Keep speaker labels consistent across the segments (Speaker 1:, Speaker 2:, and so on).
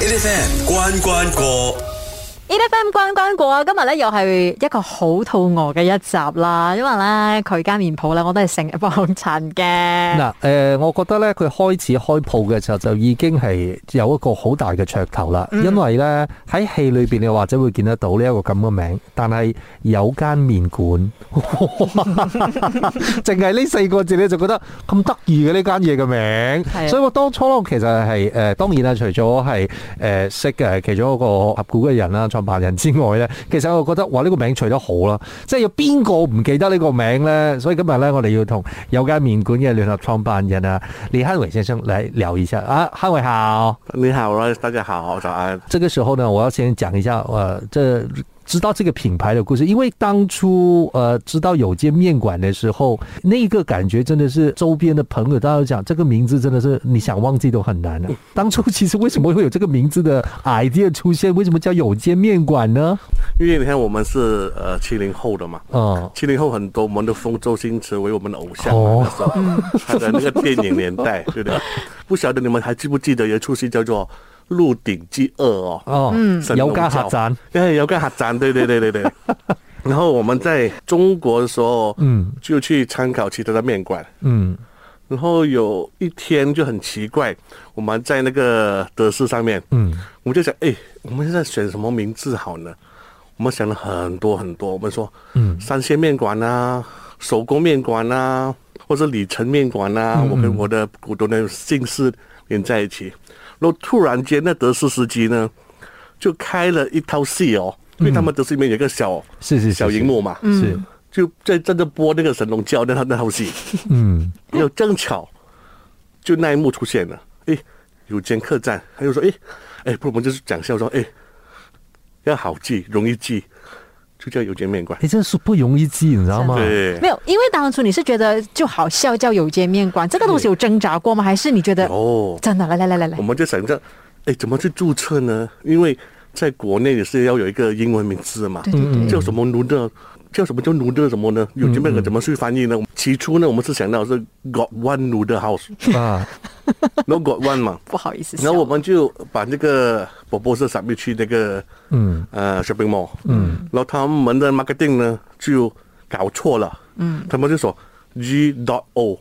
Speaker 1: FM 關關過。
Speaker 2: E F M 關關過啊！今日咧又係一個好肚餓嘅一集啦，因為咧佢間麵鋪咧我都係成日幫襯嘅。
Speaker 3: 嗱，誒、我覺得咧，佢開始開鋪嘅時候就已經係有一個好大嘅噱頭啦。因為咧喺戲裏邊，你或者會見得到呢一個咁嘅名，但係有間麵館， 淨係呢四個字你就覺得咁得意嘅呢間嘢
Speaker 2: 係
Speaker 3: 嘅
Speaker 2: 啊
Speaker 3: 名。所以我當初我其實係誒、當然啦，除咗係誒識誒其中一個合股嘅人啦、創辦人之外咧， 其實我覺得哇，呢、個名取得好啦，即係有邊個唔記得呢個名咧？所以今日咧，我哋要同有間麵館嘅聯合創辦人啊李漢偉先生嚟聊一下啊，漢偉好。
Speaker 4: 你好啊，大家好，早安。
Speaker 3: 这个时候呢，我要先讲一下，呃，这知道这个品牌的故事，因为当初呃知道有间面馆的时候，那个感觉真的是周边的朋友大家都讲，这个名字真的是你想忘记都很难的、啊当初其实为什么会有这个名字的 idea 出现？为什么叫有间面馆呢？
Speaker 4: 因为你看，我们是呃七零后的嘛，
Speaker 3: 嗯，
Speaker 4: 七零后很多，我们都封周星驰为我们的偶像
Speaker 3: 哦
Speaker 4: 嘛，那时候他的那个电影年代，对不对？不晓得你们还记不记得有一出戏叫做《鹿鼎记二》哦？
Speaker 3: 哦，
Speaker 4: 神
Speaker 3: 有
Speaker 4: 龙
Speaker 3: 家客
Speaker 4: 教
Speaker 3: 栈，
Speaker 4: 哎，有个客栈，对对对对 对。然后我们在中国的时候，
Speaker 3: 嗯
Speaker 4: 就去参考其他的面馆，
Speaker 3: 嗯，
Speaker 4: 然后有一天就很奇怪，我们在那个德式上面，
Speaker 3: 嗯，
Speaker 4: 我们就想，哎，我们现在选什么名字好呢？我们想了很多很多，我们说，嗯，三鲜面馆啊，手工面馆啊，或者李晨面馆啊，
Speaker 3: 嗯
Speaker 4: 我跟我的股东的姓氏连在一起。然后突然间，那德式司机呢，就开了一套戏哦，因为他们德式里面有一个小
Speaker 3: 嗯是是是
Speaker 4: 小荧幕嘛，
Speaker 3: 是，
Speaker 4: 就在正在播那个神龙教那套那套戏。
Speaker 3: 嗯
Speaker 4: 有正巧，就那一幕出现了，诶，有间客栈，他就说，诶，诶，不如我们就是讲笑说，诶，要好记，容易记，就叫有间面馆
Speaker 3: 哎，。真是不容易记，你知道吗？
Speaker 4: 对
Speaker 2: 没，有，因为当初你是觉得就好笑叫有间面馆，这个东西有挣扎过吗？还是你觉得
Speaker 4: 哦，
Speaker 2: 真的？来来来来来
Speaker 4: 我，们就想着，诶，怎么去注册呢？因为在国内也是要有一个英文名字的嘛，
Speaker 2: 对对对，
Speaker 4: 叫什么 noodle，叫什么叫 noodle 什么呢？有间面馆怎么去翻译呢？起初呢，我们是想到是 got one noodle house，
Speaker 3: 啊，
Speaker 4: 然后 got one 嘛。
Speaker 2: 不好意思笑，
Speaker 4: 然后我们就把那个宝宝是上面去那个
Speaker 3: 嗯
Speaker 4: 呃 shopping mall，嗯，然后他们的 marketing 呢就搞错了，嗯，他们就说 G dot O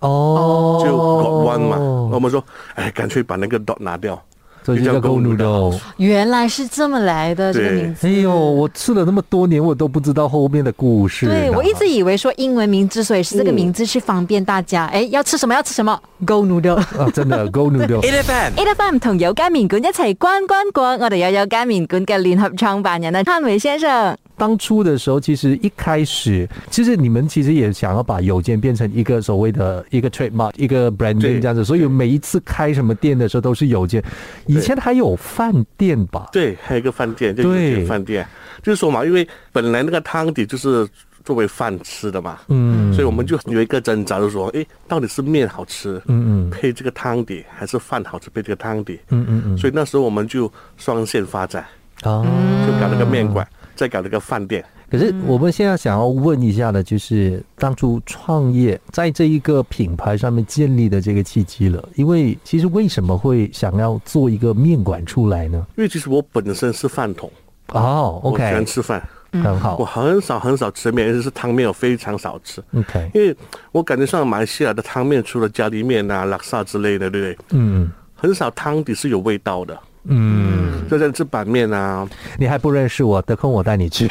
Speaker 3: 哦，
Speaker 4: 就 got one 嘛，然后我们说哎，干脆把那个 dot 拿掉，
Speaker 3: 所以就叫 Go Noodle。
Speaker 2: 原来是这么来的这个
Speaker 4: 对
Speaker 2: 名字。
Speaker 3: 哎呦，我吃了那么多年，我都不知道后面的嗯故事呢。
Speaker 2: 对，我一直以为说英文名之所以是这个名字，是方便大家，哎，要吃什么要吃什么，Go Noodle。
Speaker 3: 啊，真的 Go Noodle。
Speaker 1: 8FM
Speaker 2: A E F M 同有間麵館一齊關關過，我哋有有間麵館嘅聯合創辦人啊，潘偉先生。
Speaker 3: 当初的时候，其实一开始，其实你们其实也想要把邮件变成一个所谓的一个 trademark、一个 branding
Speaker 4: 对
Speaker 3: 这样子，所以每一次开什么店的时候都是邮件。以前还有饭店吧？
Speaker 4: 对，还有一个饭店，就有
Speaker 3: 对
Speaker 4: 一间饭店，就是说嘛，因为本来那个汤底就是作为饭吃的嘛，
Speaker 3: 嗯
Speaker 4: 所以我们就有一个挣扎，就说，哎，到底是面好吃，
Speaker 3: 嗯嗯
Speaker 4: 配这个汤底，还是饭好吃配这个汤底？
Speaker 3: 嗯嗯嗯
Speaker 4: 所以那时候我们就双线发展，
Speaker 3: 啊。
Speaker 4: 就搞了个面馆，再搞了个饭店。
Speaker 3: 可是我们现在想要问一下的，就是当初创业在这一个品牌上面建立的这个契机了，因为其实为什么会想要做一个面馆出来呢？
Speaker 4: 因为其实我本身是饭桶，
Speaker 3: 哦
Speaker 4: 我喜欢
Speaker 3: ，OK，
Speaker 4: 吃饭，
Speaker 2: 嗯
Speaker 3: 很好
Speaker 4: 我很少很少吃面，尤其是汤面，我非常少吃。
Speaker 3: ，OK，
Speaker 4: 因为我感觉上马来西亚的汤面，除了咖喱面啊、拉萨之类的，对不对？
Speaker 3: 嗯
Speaker 4: 很少汤底是有味道的，
Speaker 3: 嗯，
Speaker 4: 就像吃板面啊，
Speaker 3: 你还不认识我，得空我带你 去。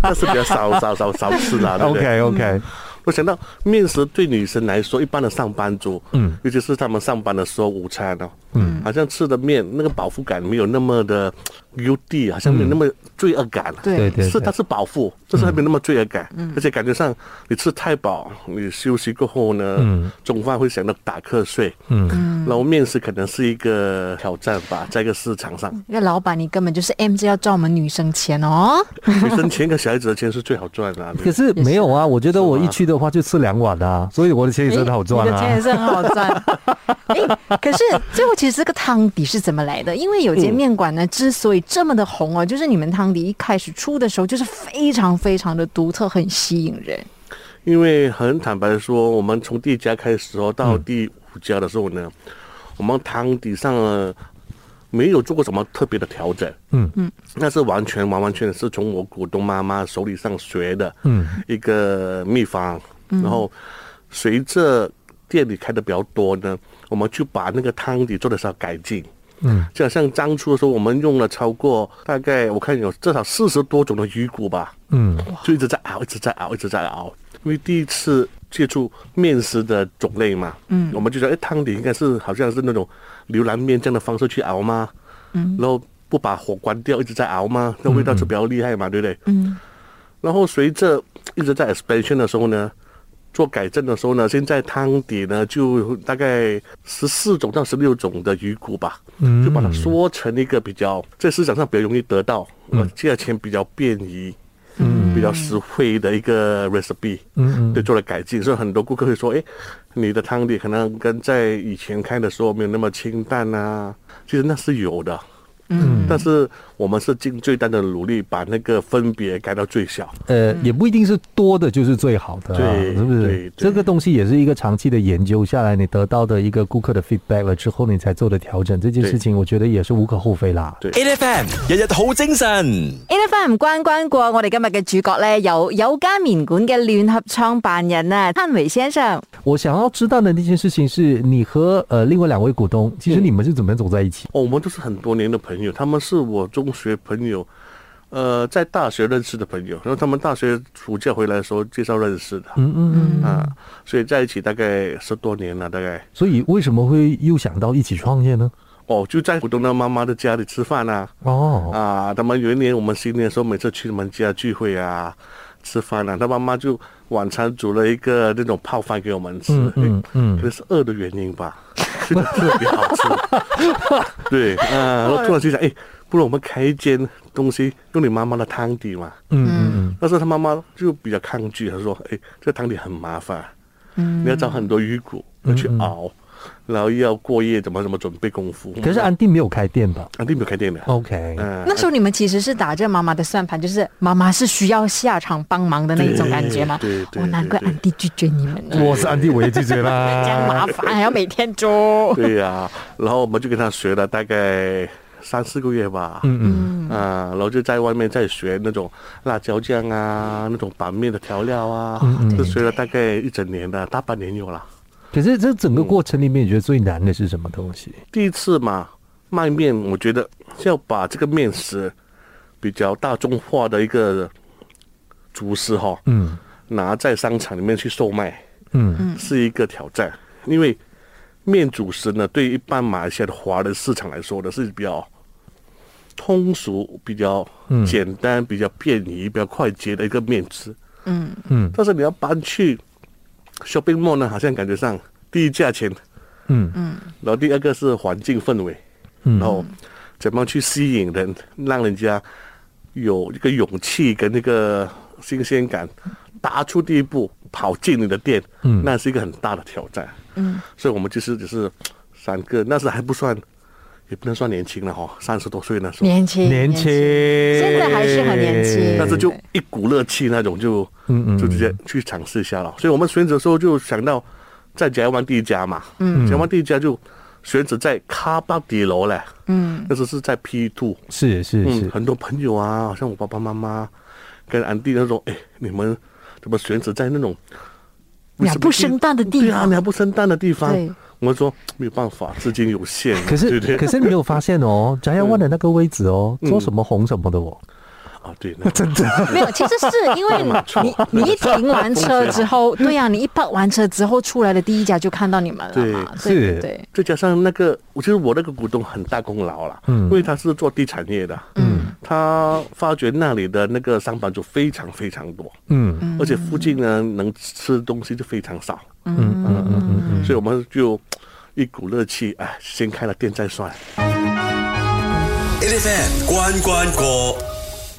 Speaker 4: 那是比较 少少少少吃啦，对不对
Speaker 3: OK，
Speaker 4: 我想到面食对女生来说，一般的上班族，
Speaker 3: 嗯，
Speaker 4: 尤其是他们上班的时候午餐哦，嗯，好像吃的面那个饱腹感没有那么的 guilty，好像没有那么罪恶感，
Speaker 2: 对
Speaker 3: 对对
Speaker 4: 是
Speaker 3: 对
Speaker 4: 它，是饱腹，但是它没有那么罪恶感，而且感觉上你吃太饱，你休息过后呢，
Speaker 3: 嗯
Speaker 4: 中饭会想到打瞌睡，
Speaker 3: 嗯，
Speaker 4: 然后面食可能是一个挑战吧，在一个市场上，
Speaker 2: 那老板，你根本就是 M 字要赚我们女生钱哦。
Speaker 4: 女生钱跟小孩子的钱是最好赚 的啊、
Speaker 3: 可是没有啊，我觉得我一去的话就吃两碗啊，所以我的钱也真的好赚
Speaker 2: 诶哎你的钱也
Speaker 3: 啊。
Speaker 2: 是很好赚。哎，可是最后其实这个汤底是怎么来的？因为有间面馆呢，之所以这么的红哦，就是你们汤底一开始出的时候就是非常非常的独特，很吸引人。
Speaker 4: 因为很坦白地说，我们从第一家开始哦，到第五家的时候呢，我们汤底上呃没有做过什么特别的调整，
Speaker 3: 嗯
Speaker 4: 嗯，那是完全完完全全是从我股东妈妈手里上学的，
Speaker 3: 嗯，
Speaker 4: 一个秘方，然后随着店里开的比较多呢，我们就把那个汤底做的稍改进。
Speaker 3: 嗯，
Speaker 4: 就好像当初的时候，我们用了超过大概我看有至少四十多种的鱼骨吧，
Speaker 3: 嗯
Speaker 4: 就一直在熬，一直在熬，一直在熬。因为第一次接触面食的种类嘛，嗯，我们就觉得哎，汤底应该是好像是那种牛腩面这样的方式去熬吗？嗯，然后不把火关掉，一直在熬吗？那味道就比较厉害嘛，对不对？
Speaker 2: 嗯，
Speaker 4: 然后随着一直在 expansion 的时候呢，做改正的时候呢，现在汤底呢就大概十四种到十六种的鱼骨吧，
Speaker 3: 嗯
Speaker 4: 就把它缩成一个比较在市场上比较容易得到，
Speaker 3: 嗯
Speaker 4: 呃，价钱比较便宜。嗯，比较实惠的一个 recipe，
Speaker 3: 嗯嗯
Speaker 4: 对，做了改进，所以很多顾客会说，哎，你的汤底可能跟在以前开的时候没有那么清淡啊，其实那是有的，嗯，但是我们是尽最大的努力把那个分别改到最小，
Speaker 3: 呃，也不一定是多的就是最好的、啊，
Speaker 4: 对
Speaker 3: 是不
Speaker 4: 对
Speaker 3: 是
Speaker 4: 对？
Speaker 3: 这个东西也是一个长期的研究下来，你得到的一个顾客的 feedback 了之后，你才做的调整，这件
Speaker 4: 对
Speaker 3: 事情我觉得也是无可厚非啦。
Speaker 4: 对
Speaker 1: A F M 日日好精神
Speaker 2: A F M 關關過，我哋今日嘅主角咧有有間麵館嘅聯合創辦人啊，潘偉先生。
Speaker 3: 我想要知道的那件事情是，你和呃另外两位股东，其实你们是怎么走在一起？
Speaker 4: 哦，我们都是很多年的朋友，他们是我中学朋友，呃，在大学认识的朋友，然后他们大学暑假回来的时候介绍认识的，
Speaker 3: 嗯嗯嗯。
Speaker 4: 啊，所以在一起大概十多年了，大概
Speaker 3: 所以为什么会又想到一起创业呢？
Speaker 4: 哦，就在股东的妈妈的家里吃饭啊，
Speaker 3: 哦，
Speaker 4: 啊，他们有一年我们新年的时候，每次去他们家聚会啊，吃饭啊，他妈妈就晚餐煮了一个那种泡饭给我们吃，
Speaker 3: 嗯嗯嗯
Speaker 4: 可能是饿的原因吧，真的特别好吃。 对，啊，然后突然就想，哎，不如我们开一间东西用你妈妈的汤底嘛？
Speaker 3: 嗯嗯
Speaker 4: 但是他妈妈就比较抗拒，她说，哎，这汤底很麻烦，嗯，你要找很多鱼骨要去熬，然后又要过夜，怎么怎么准备功夫。啊
Speaker 3: 嗯。可是安哦定没有开店吧
Speaker 4: 安迪没有开店的，
Speaker 3: ？OK，
Speaker 4: 嗯。
Speaker 2: 那时候你们其实是打着妈妈的算盘，就是妈妈是需要下场帮忙的那一种感觉吗？
Speaker 4: 对对对
Speaker 2: 哦，难怪
Speaker 4: 对对
Speaker 2: 安迪拒绝你们呢，
Speaker 3: 我是安定，我也拒绝
Speaker 2: 这样
Speaker 3: 啦。
Speaker 2: 麻烦，还要每天做。
Speaker 4: 对呀、然后我们就跟他学了大概三四个月吧，嗯嗯，啊，然后就在外面再学那种辣椒酱啊，那种板面的调料啊，
Speaker 3: 嗯
Speaker 4: 就学了大概一整年的，大半年有了。
Speaker 3: 可是这整个过程里面，你觉得最难的是什么东西？
Speaker 4: 第一次嘛，卖面，我觉得是要把这个面食比较大众化的一个厨师哈、
Speaker 3: 嗯
Speaker 4: 拿在商场里面去售卖，
Speaker 3: 嗯
Speaker 4: 是一个挑战，因为面主食呢，对于一般马来西亚的华人市场来说呢，是比较通俗、比较
Speaker 3: 嗯
Speaker 4: 简单、比较便宜、比较快捷的一个面食。
Speaker 2: 嗯，
Speaker 3: 嗯
Speaker 4: 但是你要搬去 shopping mall 呢，好像感觉上第一价钱，
Speaker 3: 嗯
Speaker 4: 然后第二个是环境氛围，
Speaker 3: 嗯
Speaker 4: 然后怎么样去吸引人，让人家有一个勇气跟那个新鲜感，踏出第一步跑进你的店，
Speaker 3: 嗯
Speaker 4: 那是一个很大的挑战。嗯，所以我们其实只是三个，那时还不算，也不能算年轻了哈、三十多岁那时候，
Speaker 2: 年轻，
Speaker 3: 年轻，现
Speaker 2: 现在还是很年轻
Speaker 4: 但是 就
Speaker 2: 对
Speaker 4: 一股热气那种就，
Speaker 3: 嗯嗯
Speaker 4: 就直接去尝试一下了。所以我们选址的时候就想到在台湾第一家嘛，嗯，台湾第一家就选址在卡巴底楼嘞，嗯，那时候是在 P two，
Speaker 3: 是是
Speaker 4: 嗯，
Speaker 3: 是，
Speaker 4: 很多朋友啊，好像我爸爸妈妈跟安迪那种，哎，你们怎么选址在那种
Speaker 2: 鸟不生蛋的地
Speaker 4: 对啊，
Speaker 2: 方，
Speaker 4: 鸟不生蛋的地方
Speaker 2: 对？
Speaker 4: 我们说没有办法，资金有限，
Speaker 3: 可是
Speaker 4: 对不对？嗯
Speaker 3: 可是你有发现 哦，翟耀湾的那个位置哦，做什么红什么的哦，
Speaker 4: 啊，对，那
Speaker 3: 真的。
Speaker 2: 没有，其实是因为你你一停完车之后，对啊呀、你一泊完车之后出来的第一家就看到你们了嘛，
Speaker 3: 对
Speaker 2: 对
Speaker 3: 是
Speaker 2: 对，
Speaker 4: 再加上那个，我觉得我那个股东很大功劳了，
Speaker 3: 嗯
Speaker 4: 因为他是做地产业的，嗯，他发觉那里的那个上班族非常非常多，
Speaker 3: 嗯
Speaker 4: 而且附近呢能吃东西就非常少，
Speaker 3: 嗯嗯嗯嗯，
Speaker 4: 所以我们就一股热气，哎，先开了店再算。
Speaker 1: ，A F M 关关过。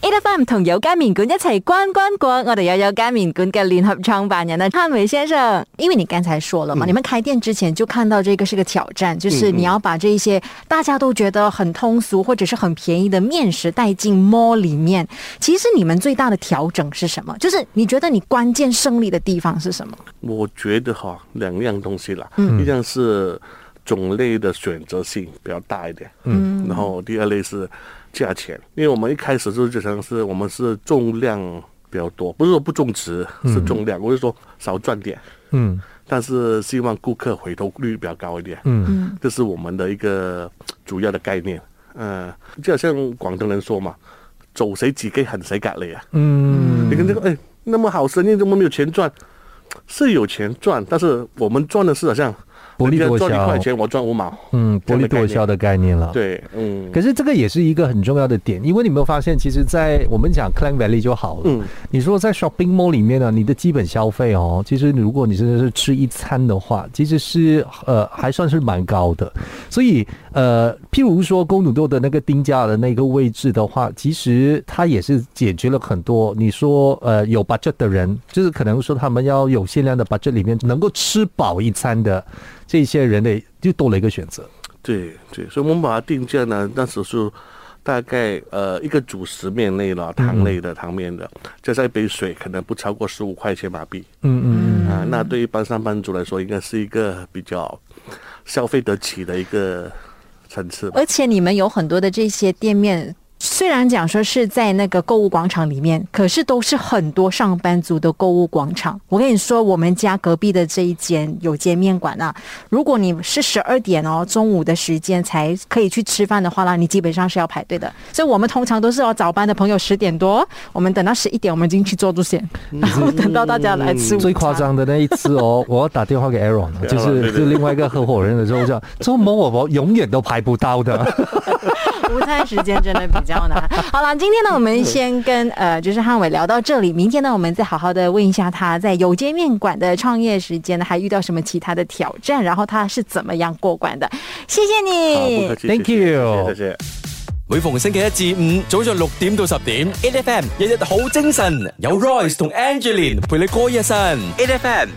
Speaker 2: A F M 同有間麵館一齊關關過，我哋有有間麵館嘅聯合創辦人啊潘偉先生。嗯因為你剛才說了嘛，你們開店之前就看到這個是個挑戰，就是你要把这一些大家都覺得很通俗或者是很便宜的面食带进 mall 里面。其實你們最大的調整是什麼？就是你覺得你關鍵勝利的地方是什麼？
Speaker 3: 嗯
Speaker 4: 我觉得哈，两样东西啦，一样是种类的选择性比较大一点，嗯，然后第二类是价钱，因为我们一开始就是想是我们是重量比较多，不是说不种植是重量，我是说少赚点，
Speaker 3: 嗯
Speaker 4: 但是希望顾客回头率比较高一点，
Speaker 3: 嗯
Speaker 4: 这是我们的一个主要的概念。嗯、就好像广东人说嘛，走谁几个很谁赶嘞啊。
Speaker 3: 嗯
Speaker 4: 你跟这个哎，那么好生意怎么没有钱赚？是有钱赚，但是我们赚的是好像
Speaker 3: 薄利
Speaker 4: 人
Speaker 3: 多
Speaker 4: 家赚一
Speaker 3: 销
Speaker 4: 块钱，我赚五毛。
Speaker 3: 嗯，薄利多销的概念了。。
Speaker 4: 对，嗯，
Speaker 3: 可是这个也是一个很重要的点，因为你有没有发现，其实，在我们讲 Clan Valley 就好了。
Speaker 4: 嗯，
Speaker 3: 你说在 shopping mall 里面呢、你的基本消费哦，其实如果你真的是吃一餐的话，其实是呃还算是蛮高的。所以呃，譬如说公主豆的那个定价的那个位置的话，其实它也是解决了很多。你说呃有 budget 的人，就是可能说他们要有限量的 budget 里面能够吃饱一餐的这些人的，就多了一个选择。
Speaker 4: 对对，所以我们把它定价呢，那时候是大概呃一个主食面类了，糖类的、糖面的，加上一杯水，可能不超过十五块钱马币。
Speaker 3: 嗯嗯。嗯
Speaker 4: 啊，那对一般上班族来说，应该是一个比较消费得起的一个层次吧。
Speaker 2: 而且你们有很多的这些店面，虽然讲说是在那个购物广场里面，可是都是很多上班族的购物广场。我跟你说，我们家隔壁的这一间有间面馆啊，如果你是十二点哦，中午的时间才可以去吃饭的话啦，你基本上是要排队的。所以我们通常都是哦，早班的朋友十点多，我们等到十一点，我们进去坐住先，然后等到大家来吃午餐。
Speaker 3: 最夸张的那一次哦，我要打电话给 Aaron，啊
Speaker 4: 对
Speaker 3: 就是
Speaker 4: 对对
Speaker 3: 就另外一个合伙人的时候，我讲周末我我永远都排不到的。
Speaker 2: 午餐时间真的比较难。好了，今天呢，我们先跟呃，就是汉伟聊到这里。明天呢，我们再好好的问一下他在有间面馆的创业时间呢，还遇到什么其他的挑战，然后他是怎么样过关的。谢谢
Speaker 4: 好，不
Speaker 2: 你
Speaker 4: 客，气
Speaker 3: 哎 Thank
Speaker 4: 谢谢
Speaker 3: you
Speaker 4: 谢谢。谢谢
Speaker 1: 每逢星期一至五早上六點到十點，A F M 日日好精神，有 Royce 同 Angeline 陪你過一晨，A F M。